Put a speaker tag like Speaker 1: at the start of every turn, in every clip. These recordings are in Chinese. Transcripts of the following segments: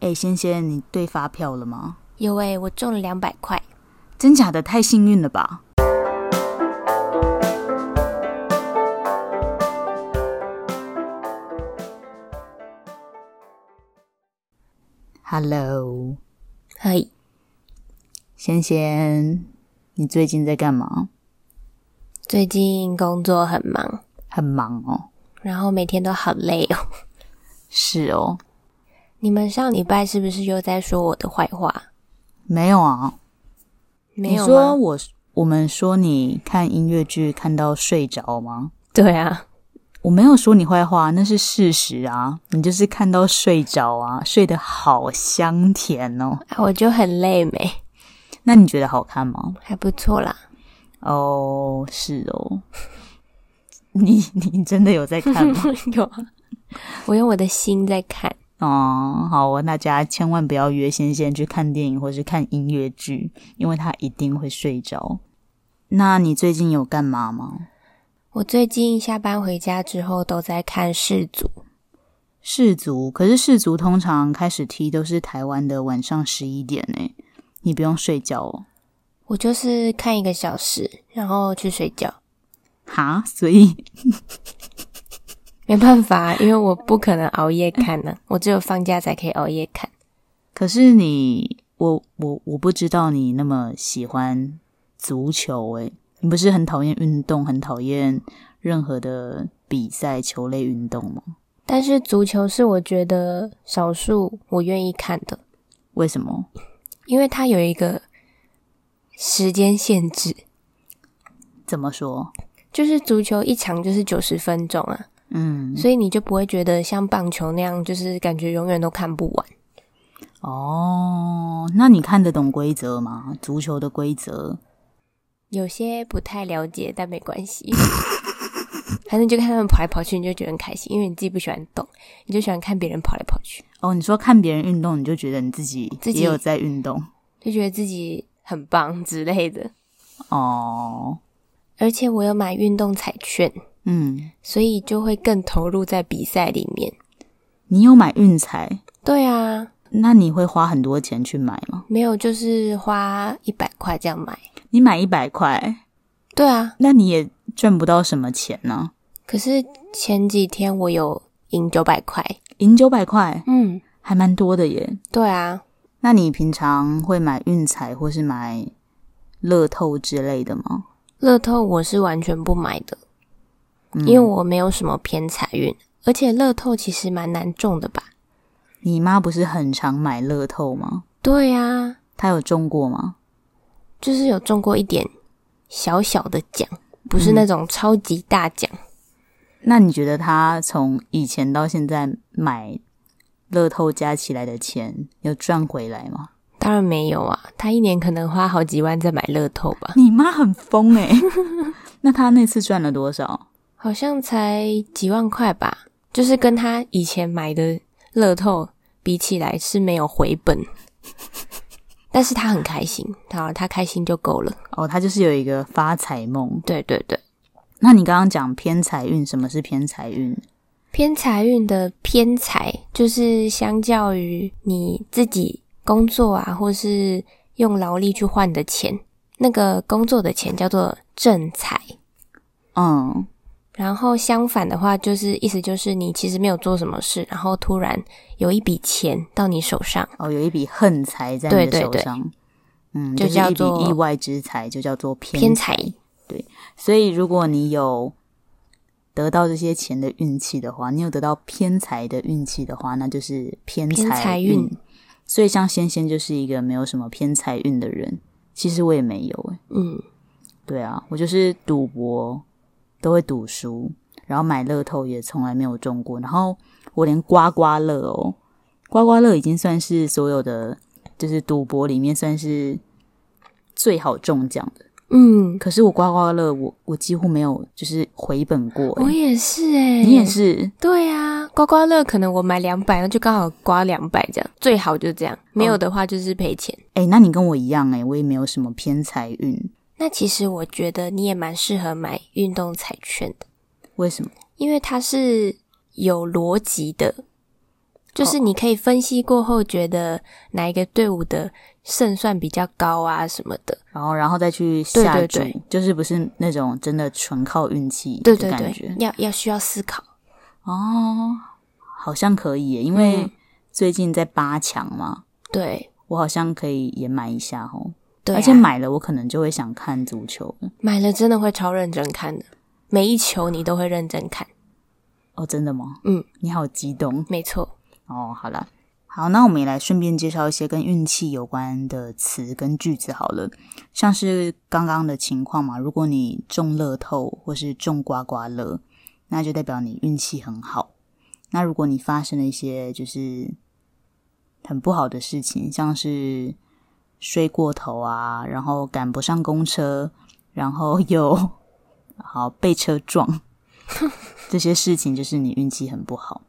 Speaker 1: 哎、仙仙，你对发票了吗？
Speaker 2: 有诶、我中了两百块。
Speaker 1: 真假的太幸运了吧！Hello，
Speaker 2: 嘿，
Speaker 1: 仙仙，你最近在干嘛？
Speaker 2: 最近工作很忙，
Speaker 1: 很忙哦。
Speaker 2: 然后每天都好累哦。
Speaker 1: 是哦，
Speaker 2: 你们上礼拜是不是又在说我的坏话？
Speaker 1: 没有啊。
Speaker 2: 没
Speaker 1: 你
Speaker 2: 有
Speaker 1: 说
Speaker 2: 吗
Speaker 1: 我，我们说你看音乐剧看到睡着吗？
Speaker 2: 对啊，
Speaker 1: 我没有说你坏话，那是事实啊。你就是看到睡着啊，睡得好香甜哦。
Speaker 2: 啊我就很累没，
Speaker 1: 那你觉得好看吗？
Speaker 2: 还不错啦。
Speaker 1: 哦，是哦。 你你真的有在看 吗？
Speaker 2: 有啊，我用我的心在看。
Speaker 1: 哦，好哦，大家千万不要约仙仙去看电影或是看音乐剧，因为她一定会睡着。那你最近有干嘛吗？
Speaker 2: 我最近下班回家之后都在看《世祖》，
Speaker 1: 世足，可是世足通常开始踢都是台湾的晚上十一点诶，你不用睡觉哦。
Speaker 2: 我就是看一个小时，然后去睡觉。
Speaker 1: 哈，所以
Speaker 2: 没办法，因为我不可能熬夜看呢、我只有放假才可以熬夜看。
Speaker 1: 可是你，我我我不知道你那么喜欢足球诶、你不是很讨厌运动，很讨厌任何的比赛球类运动吗？
Speaker 2: 但是足球是我觉得少数我愿意看的，
Speaker 1: 为什么？
Speaker 2: 因为它有一个时间限制，
Speaker 1: 怎么说？
Speaker 2: 就是足球一场就是九十分钟啊，
Speaker 1: 嗯，
Speaker 2: 所以你就不会觉得像棒球那样，就是感觉永远都看不完。
Speaker 1: 哦，那你看得懂规则吗？足球的规则？
Speaker 2: 有些不太了解，但没关系。反正就看他们跑来跑去，你就觉得很开心，因为你自己不喜欢动，你就喜欢看别人跑来跑去，
Speaker 1: 哦，你说看别人运动，你就觉得你自己
Speaker 2: 自己
Speaker 1: 也有在运动
Speaker 2: 就觉得自己很棒之类的。
Speaker 1: 哦。
Speaker 2: 而且我有买运动彩券，
Speaker 1: 嗯，
Speaker 2: 所以就会更投入在比赛里面。
Speaker 1: 你有买运彩，
Speaker 2: 对啊，
Speaker 1: 那你会花很多钱去买吗？
Speaker 2: 没有就是花一百块这样买。
Speaker 1: 你买一百块，
Speaker 2: 对啊，
Speaker 1: 那你也赚不到什么钱呢、
Speaker 2: 可是前几天我有赢九百块。
Speaker 1: 赢九百块
Speaker 2: 嗯，
Speaker 1: 还蛮多的耶。
Speaker 2: 对啊，
Speaker 1: 那你平常会买运彩或是买乐透之类的吗？
Speaker 2: 乐透我是完全不买的，
Speaker 1: 嗯
Speaker 2: 因为我没有什么偏财运，而且乐透其实蛮难中的吧？
Speaker 1: 你妈不是很常买乐透吗？
Speaker 2: 对啊，
Speaker 1: 她有中过吗？
Speaker 2: 就是有中过一点小小的奖，不是那种超级大奖。
Speaker 1: 那你觉得她从以前到现在买乐透加起来的钱有赚回来吗？
Speaker 2: 当然没有啊，他一年可能花好几万在买乐透吧，
Speaker 1: 你妈很疯哎、 那她那次赚了多少？
Speaker 2: 好像才几万块吧，就是跟他以前买的乐透比起来是没有回本， 但是他很开心，好，他开心就够了。
Speaker 1: 哦，她就是有一个发财梦。
Speaker 2: 对对对，
Speaker 1: 那你刚刚讲偏财运，什么是偏财运？
Speaker 2: 偏财运的偏财就是相较于你自己工作啊，或是用劳力去换的钱，那个工作的钱叫做正财。
Speaker 1: 嗯，
Speaker 2: 然后相反的话，就是意思就是你其实没有做什么事，然后突然有一笔钱到你手上，
Speaker 1: 哦，有一笔横财在你的
Speaker 2: 对对
Speaker 1: 手
Speaker 2: 对
Speaker 1: 上，嗯，
Speaker 2: 就是叫
Speaker 1: 一笔
Speaker 2: 做
Speaker 1: 意外之财，就叫做偏
Speaker 2: 偏财
Speaker 1: 所以，如果你有得到这些钱的运气的话，你有得到偏财的运气的话，那就是偏
Speaker 2: 偏
Speaker 1: 财
Speaker 2: 财
Speaker 1: 运
Speaker 2: 运。。
Speaker 1: 所以，像仙仙就是一个没有什么偏财运的人。其实我也没有欸诶、
Speaker 2: 嗯，
Speaker 1: 对啊，我就是赌博都会赌输，然后买乐透也从来没有中过，然后我连刮刮乐哦，刮刮乐已经算是所有的就是赌博里面算是最好中奖的。
Speaker 2: 嗯，
Speaker 1: 可是我刮刮乐，我我几乎没有就是回本过、欸
Speaker 2: 我也是哎、
Speaker 1: 你也？是，
Speaker 2: 对啊，刮刮乐可能我买两百，就刚好刮两百这样，最好就这
Speaker 1: 嗯
Speaker 2: 样，没有的话就是赔钱。
Speaker 1: 哎、那你跟我一样哎、我也没有什么偏财运，
Speaker 2: 那其实我觉得你也蛮适合买运动彩券的，
Speaker 1: 为什么？
Speaker 2: 因为它是有逻辑的，就是
Speaker 1: 哦
Speaker 2: 你可以分析过后，觉得哪一个队伍的胜算比较高啊什么的。
Speaker 1: 然后然后再去下
Speaker 2: 对对
Speaker 1: 注，
Speaker 2: 对
Speaker 1: 就是不是那种真的纯靠运气
Speaker 2: 对
Speaker 1: 的
Speaker 2: 对
Speaker 1: 感觉
Speaker 2: 对，要要需要思考。
Speaker 1: 哦，好像可以耶，因为
Speaker 2: 嗯
Speaker 1: 最近在八强嘛，
Speaker 2: 对
Speaker 1: 我好像可以也买一下哦。
Speaker 2: 对啊、
Speaker 1: 而且买了，我可能就会想看足球了
Speaker 2: 买了真的会超认真看的，每一球你都会认真看。
Speaker 1: 哦，真的吗？
Speaker 2: 嗯，
Speaker 1: 你好激动
Speaker 2: 没错，
Speaker 1: 哦。好了，好，那我们也来顺便介绍一些跟运气有关的词跟句子好了，像是刚刚的情况嘛，如果你中乐透或是中刮刮乐，那就代表你运气很好。那如果你发生了一些就是很不好的事情，像是睡过头啊，然后赶不上公车，然后又好被车撞， 这些事情就是你运气很不好。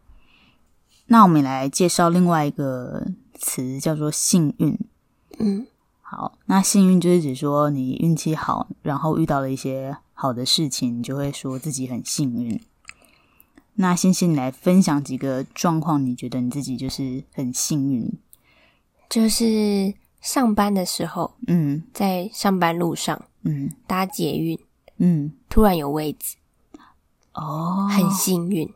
Speaker 1: 那我们也来介绍另外一个词，叫做幸运。
Speaker 2: 嗯，
Speaker 1: 好，那幸运就是指说你运气好，然后遇到了一些好的事情，你就会说自己很幸运。那欣欣，你来分享几个状况，你觉得你自己就是很幸运？
Speaker 2: 就是上班的时候，
Speaker 1: 嗯
Speaker 2: 在上班路上
Speaker 1: 嗯
Speaker 2: 搭捷运，
Speaker 1: 嗯，
Speaker 2: 突然有位置，
Speaker 1: 哦，
Speaker 2: 很幸运。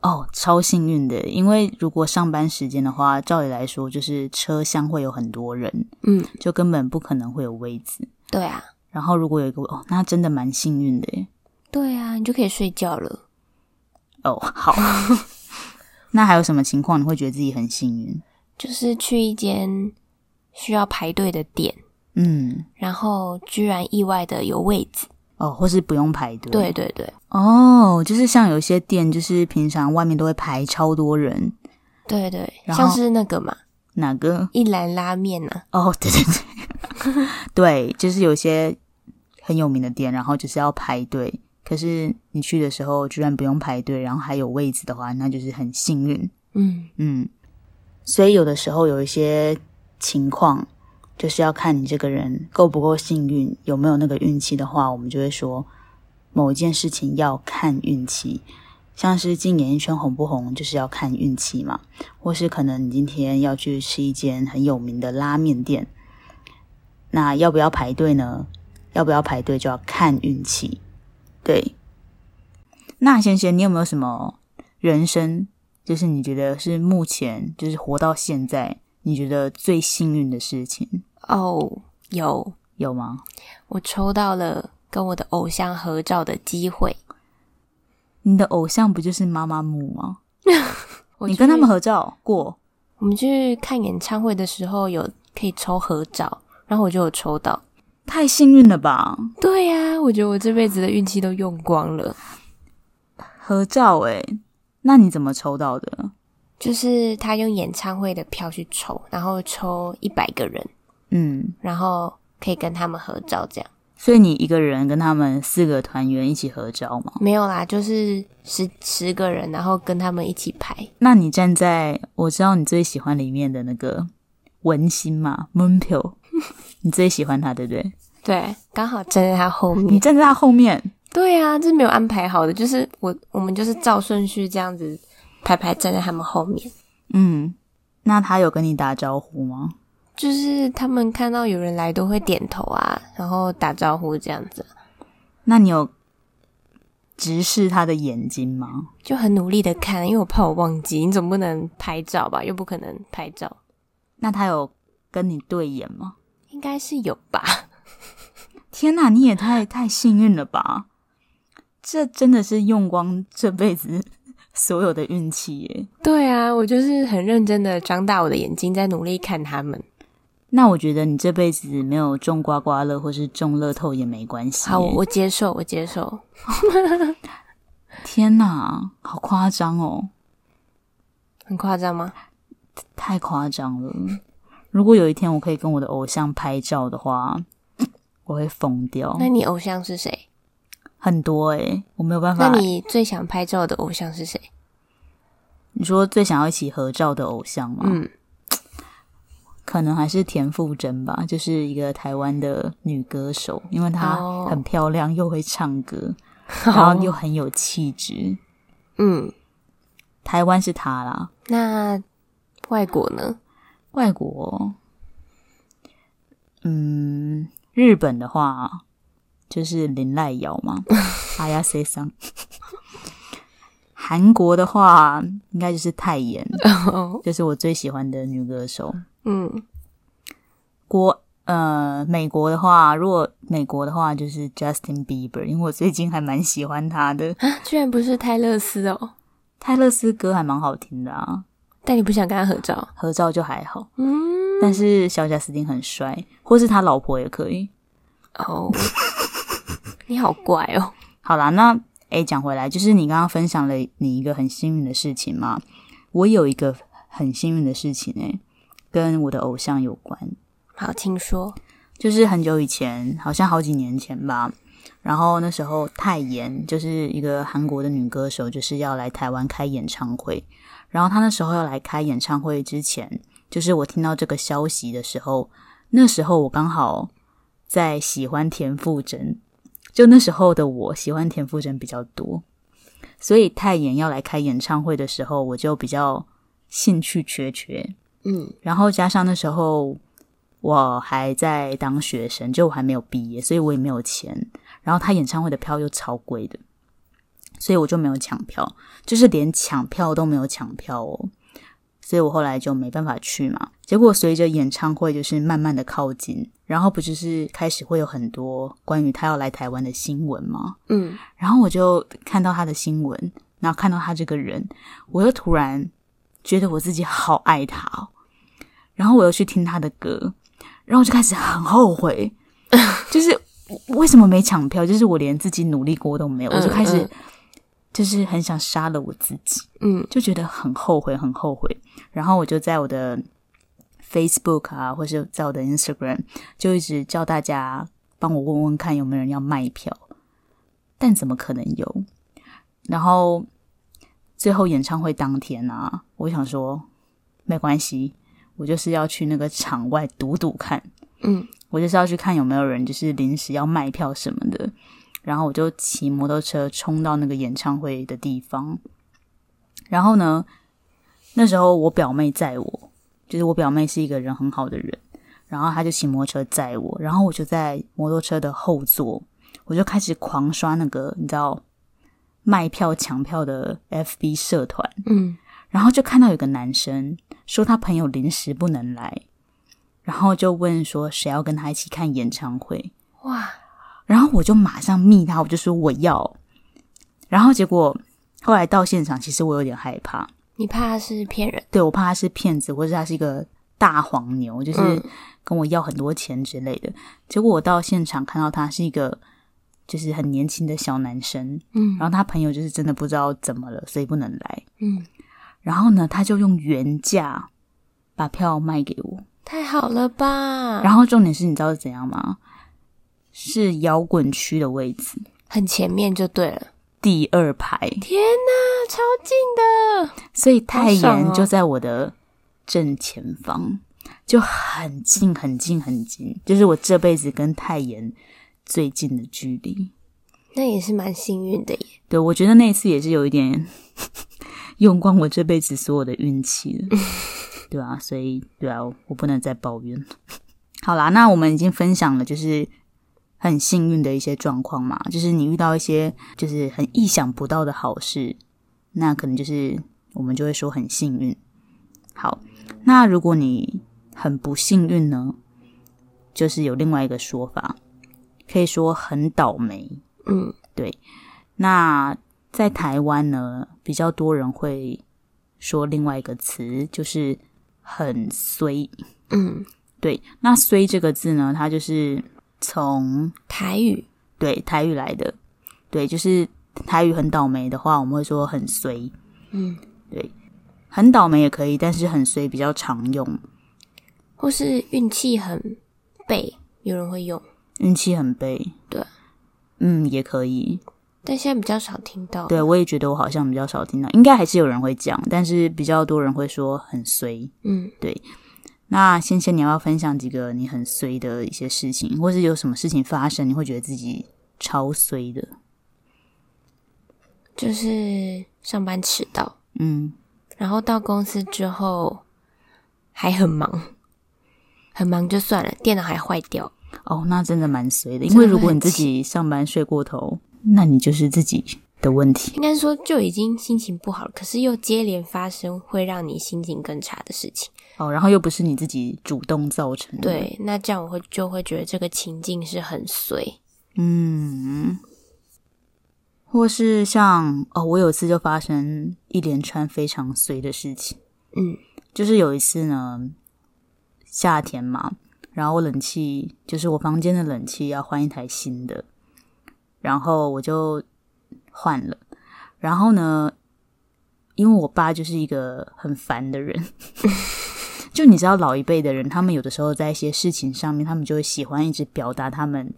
Speaker 1: 哦，超幸运的，因为如果上班时间的话，照理来说就是车厢会有很多人，
Speaker 2: 嗯，
Speaker 1: 就根本不可能会有位置。
Speaker 2: 对啊，
Speaker 1: 然后如果有一个哦，那真的蛮幸运的耶。
Speaker 2: 对啊，你就可以睡觉了。
Speaker 1: 哦，好。 那还有什么情况你会觉得自己很幸运？
Speaker 2: 就是去一间需要排队的店，
Speaker 1: 嗯，
Speaker 2: 然后居然意外的有位置。
Speaker 1: 哦，或是不用排队。
Speaker 2: 对，对对
Speaker 1: 哦，就是像有些店，就是平常外面都会排超多人，
Speaker 2: 对对，
Speaker 1: 然后
Speaker 2: 像是那个嘛，
Speaker 1: 哪个？
Speaker 2: 一兰拉面啊，
Speaker 1: 哦， 对对对，对，就是有些很有名的店，然后就是要排队。可是你去的时候居然不用排队，然后还有位置的话，那就是很幸运。
Speaker 2: 嗯，
Speaker 1: 嗯，所以有的时候有一些情况，就是要看你这个人够不够幸运，有没有那个运气的话，我们就会说某一件事情要看运气。像是进演艺圈红不红，就是要看运气嘛，或是可能你今天要去吃一间很有名的拉面店，那要不要排队呢？要不要排队就要看运气。对，那贤贤，你有没有什么人生就是你觉得是目前就是活到现在，你觉得最幸运的事情
Speaker 2: 哦，有
Speaker 1: 有吗？
Speaker 2: 我抽到了跟我的偶像合照的机会。
Speaker 1: 你的偶像不就是妈妈木吗？
Speaker 2: 我
Speaker 1: 你跟他们
Speaker 2: 去，
Speaker 1: 合照过
Speaker 2: 我们去看演唱会的时候有可以抽合照，然后我就有抽到。
Speaker 1: 太幸运了吧？
Speaker 2: 对呀、我觉得我这辈子的运气都用光了。
Speaker 1: 合照诶、那你怎么抽到的？
Speaker 2: 就是他用演唱会的票去抽，然后抽一百个人，
Speaker 1: 嗯，
Speaker 2: 然后可以跟他们合照，这样
Speaker 1: 所以你一个人跟他们四个团员一起合照吗？
Speaker 2: 没有啦，就是十十个人，然后跟他们一起排。
Speaker 1: 那你站在我知道你最喜欢里面的那个文心嘛 m o n p i o 你最喜欢他对不对？
Speaker 2: 对，刚好站在他后
Speaker 1: 你
Speaker 2: 面。
Speaker 1: 站在他后面，
Speaker 2: 对啊，这没有安排好的，就是我我们就是照顺序这样子排排站在他们后面。
Speaker 1: 嗯，那他有跟你打招呼吗？
Speaker 2: 就是他们看到有人来都会点头啊，然后打招呼这样子，
Speaker 1: 那你有直视他的眼睛吗？
Speaker 2: 就很努力的看，因为我怕我忘记，你总不能拍照吧？又不可能拍照，
Speaker 1: 那他有跟你对眼吗？
Speaker 2: 应该是有吧？
Speaker 1: 天哪，你也太太幸运了吧！这真的是用光这辈子所有的运气耶。
Speaker 2: 对啊，我就是很认真的张大我的眼睛，在努力看他们。
Speaker 1: 那我觉得你这辈子没有中刮刮乐或是中乐透也没关系耶。
Speaker 2: 好，我我接受，我接受。
Speaker 1: 天哪，好夸张哦，
Speaker 2: 很夸张吗？
Speaker 1: 太夸张了！如果有一天我可以跟我的偶像拍照的话，我会疯掉。
Speaker 2: 那你偶像是谁？
Speaker 1: 很多诶、我没有办
Speaker 2: 那
Speaker 1: 法。
Speaker 2: 你最想拍照的偶像是谁？
Speaker 1: 你说最想要一起合照的偶像吗？
Speaker 2: 嗯，
Speaker 1: 可能还是田馥甄吧，就是一个台湾的女歌手，因为她
Speaker 2: 哦
Speaker 1: 很漂亮，又会唱 歌，然
Speaker 2: 好
Speaker 1: 后，又很有气质。
Speaker 2: 嗯，
Speaker 1: 台湾是她啦，
Speaker 2: 那外国呢？
Speaker 1: 外国，嗯，日本的话就是林濑遥 嘛，阿亚塞桑。 韩国的话，应该就是泰妍，
Speaker 2: 哦，
Speaker 1: 这是我最喜欢的女歌手。
Speaker 2: 嗯，
Speaker 1: 国呃，美国的话，如果美国的话，就是 Justin Bieber，因为我最近还蛮喜欢他的，
Speaker 2: 啊，居然不是泰勒斯哦，
Speaker 1: 泰勒斯歌还蛮好听的啊，
Speaker 2: 但你不想跟他合照？
Speaker 1: 合照就还好，
Speaker 2: 嗯，
Speaker 1: 但是小贾斯汀很帅，或是他老婆也可以。
Speaker 2: 哦，你好怪哦，
Speaker 1: 好啦，那诶，讲回来，就是你刚刚分享了你一个很幸运的事情嘛，我有一个很幸运的事情诶、跟我的偶像有关，
Speaker 2: 好，请说。
Speaker 1: 就是很久以前，好像好几年前吧。然后那时候泰妍就是一个韩国的女歌手，就是要来台湾开演唱会。然后她那时候要来开演唱会之前，就是我听到这个消息的时候，那时候我刚好在喜欢田馥甄，就那时候的我喜欢田馥甄比较多，所以泰妍要来开演唱会的时候，我就比较兴趣缺缺。
Speaker 2: 嗯
Speaker 1: 然后加上那时候我还在当学生，就我还没有毕业，所以我也没有钱。然后他演唱会的票又超贵的，所以我就没有抢票，就是连抢票都没有抢票哦。所以我后来就没办法去嘛。结果随着演唱会就是慢慢的靠近，然后不就是开始会有很多关于他要来台湾的新闻吗？
Speaker 2: 嗯，
Speaker 1: 然后我就看到他的新闻，然后看到他这个人，我又突然觉得我自己好爱他哦。然后我又去听他的歌，然后我就开始很后悔，就是我为什么没抢票？就是我连自己努力过都没有，我就开
Speaker 2: 嗯
Speaker 1: 始
Speaker 2: 嗯
Speaker 1: 就是很想杀了我自己。
Speaker 2: 嗯
Speaker 1: 就觉得很后悔，很后悔。然后我就在我的 Facebook 啊，或是在我的 Instagram，就一直叫大家帮我问问看有没有人要卖票，但怎么可能有？然后最后演唱会当天啊，我想说没关系，我就是要去那个场外赌赌看，
Speaker 2: 嗯，
Speaker 1: 我就是要去看有没有人就是临时要卖票什么的。然后我就骑摩托车冲到那个演唱会的地方，然后呢，那时候我表妹载我，就是我表妹是一个人很好的人，然后她就骑摩托车载我，然后我就在摩托车的后座，我就开始狂刷那个你知道卖票抢票的 FB 社团，
Speaker 2: 嗯，
Speaker 1: 然后就看到有个男生说他朋友临时不能来，然后就问说谁要跟他一起看演唱会，
Speaker 2: 哇，
Speaker 1: 然后我就马上密他，我就说我要，然后结果后来到现场，其实我有点害怕，
Speaker 2: 你怕是骗人？
Speaker 1: 对我怕他是骗子，或者他是一个大黄牛，就是
Speaker 2: 嗯
Speaker 1: 跟我要很多钱之类的。结果我到现场看到他是一个就是很年轻的小男生，
Speaker 2: 嗯
Speaker 1: 然后他朋友就是真的不知道怎么了，所以不能来。
Speaker 2: 嗯，
Speaker 1: 然后呢，他就用原价把票卖给我。
Speaker 2: 太好了吧？
Speaker 1: 然后重点是，你知道是怎样吗？是摇滚区的位置，
Speaker 2: 很前面就对了。
Speaker 1: 第二排，
Speaker 2: 天哪，超近的！
Speaker 1: 所以太
Speaker 2: 好爽
Speaker 1: 妍
Speaker 2: 哦
Speaker 1: 就在我的正前方，就很近很近很近，就是我这辈子跟太妍最近的距离。
Speaker 2: 那也是蛮幸运的耶。
Speaker 1: 对，我觉得那一次也是有一点 用光我这辈子所有的运气了，对啊，所以对啊，我不能再抱怨。好啦，那我们已经分享了，就是很幸运的一些状况嘛，就是你遇到一些就是很意想不到的好事，那可能就是我们就会说很幸运。好，那如果你很不幸运呢，就是有另外一个说法，可以说很倒霉。
Speaker 2: 嗯
Speaker 1: 那在台湾呢，比较多人会说另外一个词，就是很衰。
Speaker 2: 嗯，
Speaker 1: 对，那“衰”这个字呢，它就是从
Speaker 2: 台语
Speaker 1: 对台语来的。对，就是台语很倒霉的话，我们会说很衰。
Speaker 2: 嗯，
Speaker 1: 对，很倒霉也可以，但是很衰比较常用，
Speaker 2: 或是运气很背，有人会用，
Speaker 1: 运气很背。
Speaker 2: 对，
Speaker 1: 嗯，也可以。
Speaker 2: 但现在比较少听到。
Speaker 1: 对，我也觉得我好像比较少听到，应该还是有人会讲，但是比较多人会说很衰。
Speaker 2: 嗯，
Speaker 1: 那先先，你要不要分享几个你很衰的一些事情，或是有什么事情发生，你会觉得自己超衰的？
Speaker 2: 就是上班迟到，
Speaker 1: 嗯
Speaker 2: 然后到公司之后，还很忙，很忙就算了，电脑还坏掉。
Speaker 1: 哦，那真的蛮衰的，
Speaker 2: 真
Speaker 1: 因
Speaker 2: 的
Speaker 1: 为如果
Speaker 2: 很
Speaker 1: 你自己上班睡过头，那你就是自己的问题。
Speaker 2: 应该说就已经心情不好了，可是又接连发生会让你心情更差的事情。
Speaker 1: 哦，然后又不是你自己主动造成的。，
Speaker 2: 对，那这样我会就会觉得这个情境是很随。
Speaker 1: 嗯，或是像哦，我有一次就发生一连串非常衰的事情。
Speaker 2: 嗯，
Speaker 1: 就是有一次呢，夏天嘛，然后我冷气就是我房间的冷气要换一台新的，然后我就换了。然后呢，因为我爸就是一个很烦的人， 就你知道老一辈的人，他们有的时候在一些事情上面，他们就会喜欢一直表达他们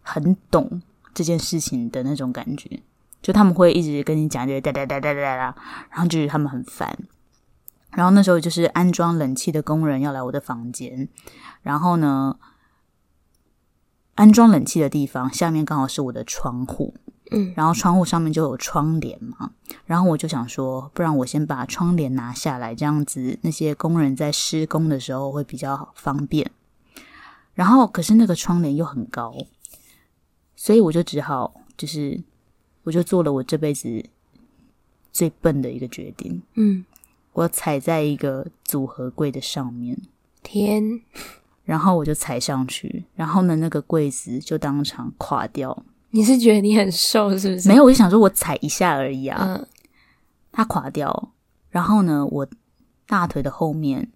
Speaker 1: 很懂这件事情的那种感觉。就他们会一直跟你讲这些哒哒哒哒哒哒，然后就是他们很烦。然后那时候就是安装冷气的工人要来我的房间，然后呢，安装冷气的地方下面刚好是我的窗户，
Speaker 2: 嗯，
Speaker 1: 然后窗户上面就有窗帘嘛，然后我就想说，不然我先把窗帘拿下来，这样子那些工人在施工的时候会比较方便。然后可是那个窗帘又很高，所以我就只好就是，我就做了我这辈子最笨的一个决定，
Speaker 2: 嗯，
Speaker 1: 我踩在一个组合柜的上面，
Speaker 2: 天，
Speaker 1: 然后我就踩上去，然后呢，那个柜子就当场垮掉。
Speaker 2: 你是觉得你很瘦是不是？
Speaker 1: 没有，我就想说我踩一下而已啊，
Speaker 2: 嗯，
Speaker 1: 它垮掉。然后呢，我大腿的后面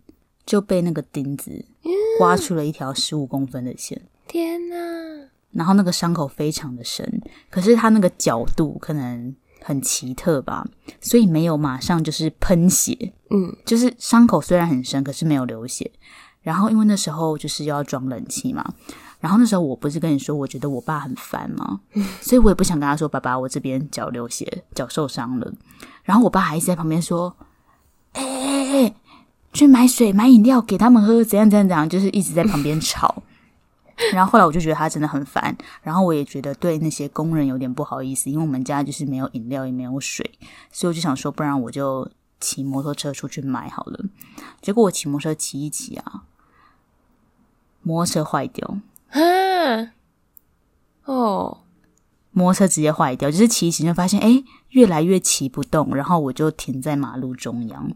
Speaker 1: 就被那个钉子
Speaker 2: 嗯
Speaker 1: 刮出了一条十五公分的线，
Speaker 2: 天哪，
Speaker 1: 然后那个伤口非常的深，可是它那个角度可能很奇特吧，所以没有马上就是喷血，
Speaker 2: 嗯
Speaker 1: 就是伤口虽然很深，可是没有流血。然后因为那时候就是要装冷气嘛，然后那时候我不是跟你说，我觉得我爸很烦吗？ 所以我也不想跟他说，爸爸，我这边脚流血，脚受伤了。然后我爸还一直在旁边说，哎哎哎哎，去买水买饮料给他们喝，怎样怎样怎样，就是一直在旁边吵。 然后后来我就觉得他真的很烦，然后我也觉得对那些工人有点不好意思，因为我们家就是没有饮料也没有水，所以我就想说，不然我就骑摩托车出去买好了。结果我骑摩托车骑一骑啊，摩托车坏掉，
Speaker 2: 啊，哦，
Speaker 1: 摩托车直接坏掉，就是骑一骑就发现，哎，越来越骑不动，然后我就停在马路中央，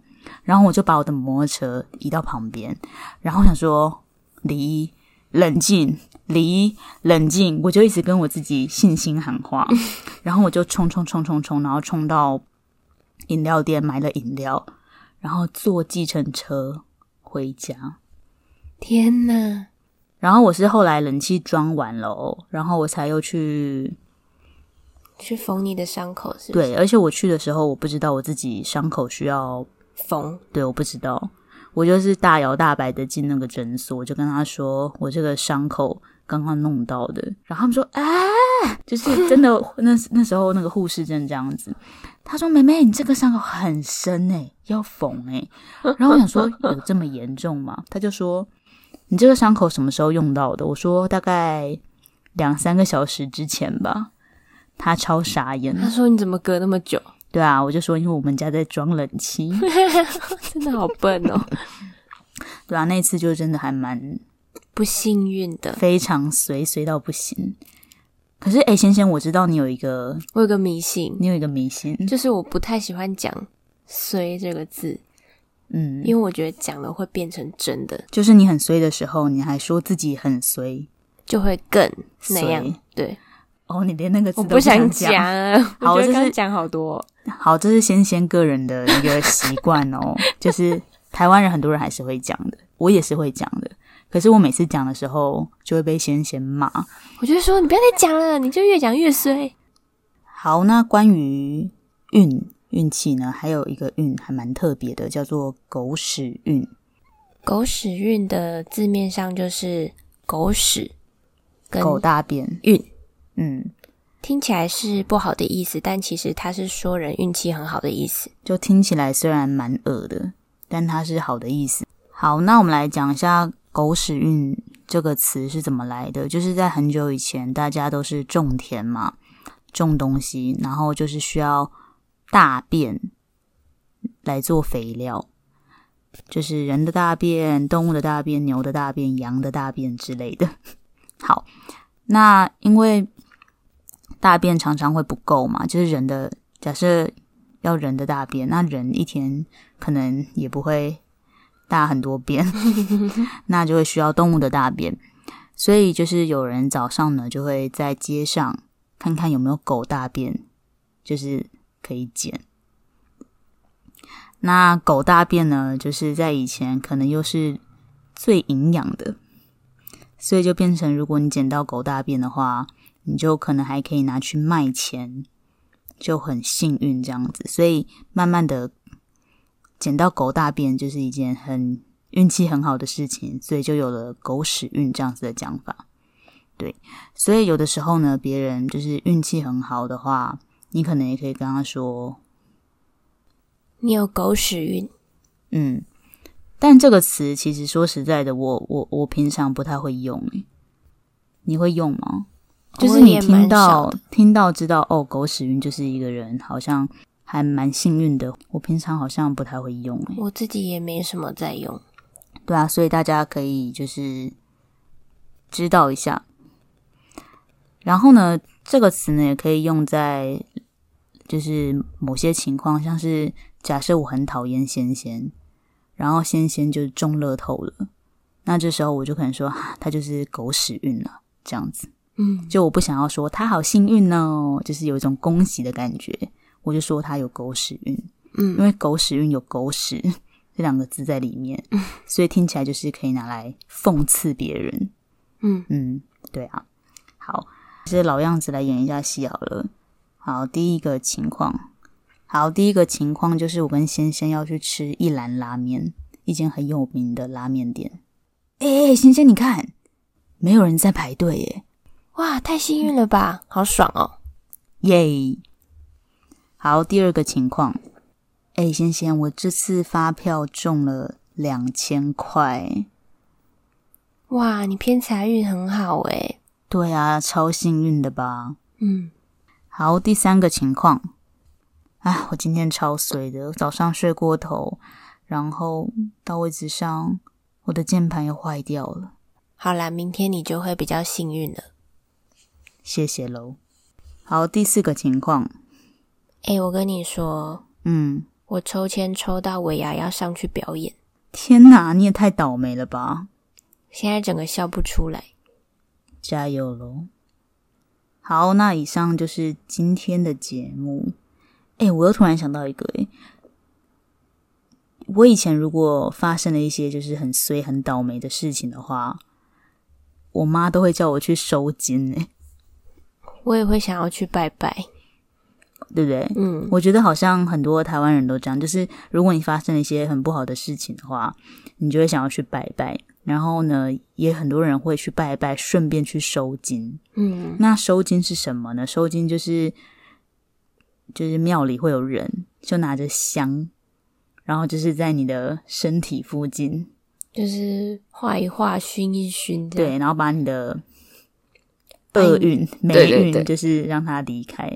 Speaker 1: 然后我就把我的摩托车移到旁边，然后想说离冷静。离冷静，我就一直跟我自己信心喊话，然后我就冲冲冲冲冲，然后冲到饮料店买了饮料，然后坐计程车回家。
Speaker 2: 天哪，
Speaker 1: 然后我是后来冷气装完了哦，然后我才又去
Speaker 2: 去缝你的伤口是不是？
Speaker 1: 对，而且我去的时候我不知道我自己伤口需要，
Speaker 2: 缝，
Speaker 1: 对，我不知道，我就是大摇大摆的进那个诊所，我就跟他说我这个伤口刚刚弄到的，然后他们说啊，就是 真的那那时候那个护士真的这样子，他说妹妹你这个伤口很深哎、要缝哎、然后我想说有这么严重吗？他就说你这个伤口什么时候用到的？我说大概两三个小时之前吧。他超傻眼，
Speaker 2: 他说你怎么隔那么久？
Speaker 1: 对啊，我就说因为我们家在装冷 气，
Speaker 2: 真的好笨哦，
Speaker 1: 对啊，那次就真的还蛮
Speaker 2: 不幸运的。
Speaker 1: 非常随随到不行。可是哎，先生，我知道你有一个
Speaker 2: 我有个迷信，
Speaker 1: 你有一个迷信，
Speaker 2: 就是我不太喜欢讲“衰”这个字，
Speaker 1: 嗯，
Speaker 2: 因为我觉得讲了会变成真的，
Speaker 1: 就是你很衰的时候，你还说自己很衰，
Speaker 2: 就会更那
Speaker 1: 衰
Speaker 2: 样。对，
Speaker 1: 哦，你连那个字
Speaker 2: 我
Speaker 1: 都
Speaker 2: 不
Speaker 1: 想
Speaker 2: 讲啊，
Speaker 1: 好
Speaker 2: 我觉
Speaker 1: 这
Speaker 2: 得
Speaker 1: 是
Speaker 2: 刚讲好多哦、
Speaker 1: 好，这是先先个人的一个习惯 哦，就是台湾人很多人还是会讲的，我也是会讲的。可是我每次讲的时候，就会被先先骂。
Speaker 2: 我就说你不要再讲了，你就越讲越衰。
Speaker 1: 好，那关于运运气呢，还有一个运还蛮特别的，叫做狗屎运。
Speaker 2: 狗屎运的字面上就是狗屎跟
Speaker 1: 狗大便，
Speaker 2: 运，
Speaker 1: 嗯，
Speaker 2: 听起来是不好的意思，但其实它是说人运气很好的意思。
Speaker 1: 就听起来虽然蛮恶的，但它是好的意思。好，那我们来讲一下“狗屎运”这个词是怎么来的。就是在很久以前，大家都是种田嘛，种东西，然后就是需要大便来做肥料。就是人的大便、动物的大便、牛的大便、羊的大便之类的。 好，那因为大便常常会不够嘛，就是人的假设要人的大便，那人一天可能也不会大很多便，那就会需要动物的大便。所以就是有人早上呢，就会在街上看看有没有狗大便，就是可以捡。那狗大便呢，就是在以前可能又是最营养的，所以就变成如果你捡到狗大便的话，你就可能还可以拿去卖钱，就很幸运这样子。所以慢慢的捡到狗大便就是一件很运气很好的事情，所以就有了狗屎运这样子的讲法。对，所以有的时候呢，别人就是运气很好的话，你可能也可以跟他说
Speaker 2: 你有狗屎运，
Speaker 1: 嗯，但这个词其实说实在的，我我我平常不太会用诶，你会用吗？就是你听到听到知道哦，狗屎运就是一个人好像还蛮幸运的，我平常好像不太会用欸诶。
Speaker 2: 我自己也没什么在用。
Speaker 1: 对啊，所以大家可以就是知道一下。然后呢，这个词呢也可以用在就是某些情况，像是假设我很讨厌仙仙，然后仙仙就中乐透了，那这时候我就可能说啊他就是狗屎运了，这样子。
Speaker 2: 嗯，
Speaker 1: 就我不想要说他好幸运哦，就是有一种恭喜的感觉，我就说他有狗屎运。因
Speaker 2: 嗯
Speaker 1: 为狗屎运有狗屎 这两个字在里面，所以听起来就是可以拿来讽刺别人。
Speaker 2: 嗯
Speaker 1: 嗯，对啊。好，这老样子来演一下戏好了。好，第一个情况，好，第一个情况就是我跟先生要去吃一兰拉面，一间很有名的拉面店。哎、欸，先生，你看，没有人在排队耶。
Speaker 2: 哇，太幸运了吧，好爽哦！
Speaker 1: 耶！好，第二个情况，哎，先贤，我这次发票中了两千块，
Speaker 2: 哇，你偏财运很好诶。
Speaker 1: 对啊，超幸运的吧？
Speaker 2: 嗯，
Speaker 1: 好，第三个情况，哎，我今天超衰的，早上睡过头，然后到位置上，我的键盘又坏掉了，
Speaker 2: 好啦，明天你就会比较幸运了。
Speaker 1: 谢谢喽。好，第四个情况，
Speaker 2: 诶，我跟你说，
Speaker 1: 嗯，
Speaker 2: 我抽签抽到尾牙要上去表演，
Speaker 1: 天哪，你也太倒霉了吧！
Speaker 2: 现在整个笑不出来。
Speaker 1: 加油喽！好，那以上就是今天的节目。哎、我又突然想到一个、诶我以前如果发生了一些就是很衰、很倒霉的事情的话，我妈都会叫我去收金、诶
Speaker 2: 我也会想要去拜拜。
Speaker 1: 对不对？
Speaker 2: 嗯，
Speaker 1: 我觉得好像很多台湾人都这样，就是如果你发生了一些很不好的事情的话，你就会想要去拜拜，然后呢，也很多人会去拜拜，顺便去收金。
Speaker 2: 嗯，
Speaker 1: 那收金是什么呢？收金就是就是庙里会有人就拿着香，然后就是在你的身体附近，
Speaker 2: 就是画一画，熏一熏这样。
Speaker 1: 对，然后把你的厄运、霉
Speaker 2: 对对对
Speaker 1: 运，就是让它离开。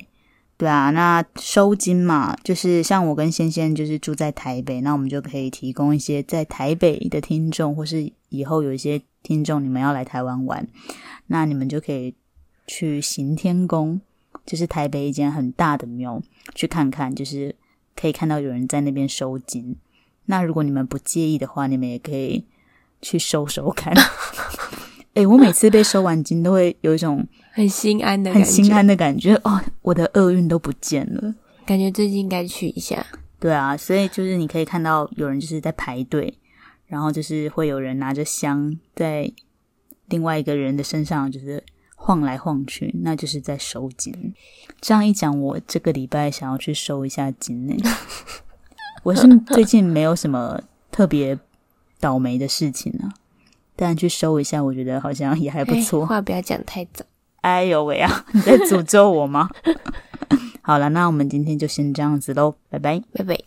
Speaker 1: 对啊，那收金嘛，就是像我跟仙仙就是住在台北，那我们就可以提供一些在台北的听众，或是以后有一些听众你们要来台湾玩，那你们就可以去行天宫，就是台北一间很大的庙，去看看，就是可以看到有人在那边收金。那如果你们不介意的话，你们也可以去收收看。 哎、我每次被收完金都会有一种
Speaker 2: 很心安的感
Speaker 1: 很
Speaker 2: 觉。
Speaker 1: 心安的感觉，哦，我的厄运都不见了。
Speaker 2: 感觉最近应该去一下。
Speaker 1: 对啊，所以就是你可以看到有人就是在排队，然后就是会有人拿着香在另外一个人的身上就是晃来晃去，那就是在收金。这样一讲，我这个礼拜想要去收一下金 呢、我是最近没有什么特别倒霉的事情啊，但去收一下，我觉得好像也还不错
Speaker 2: 哎。话不要讲太早。
Speaker 1: 哎呦喂啊！ 你在诅咒我吗？好了，那我们今天就先这样子喽，拜拜。
Speaker 2: 拜拜。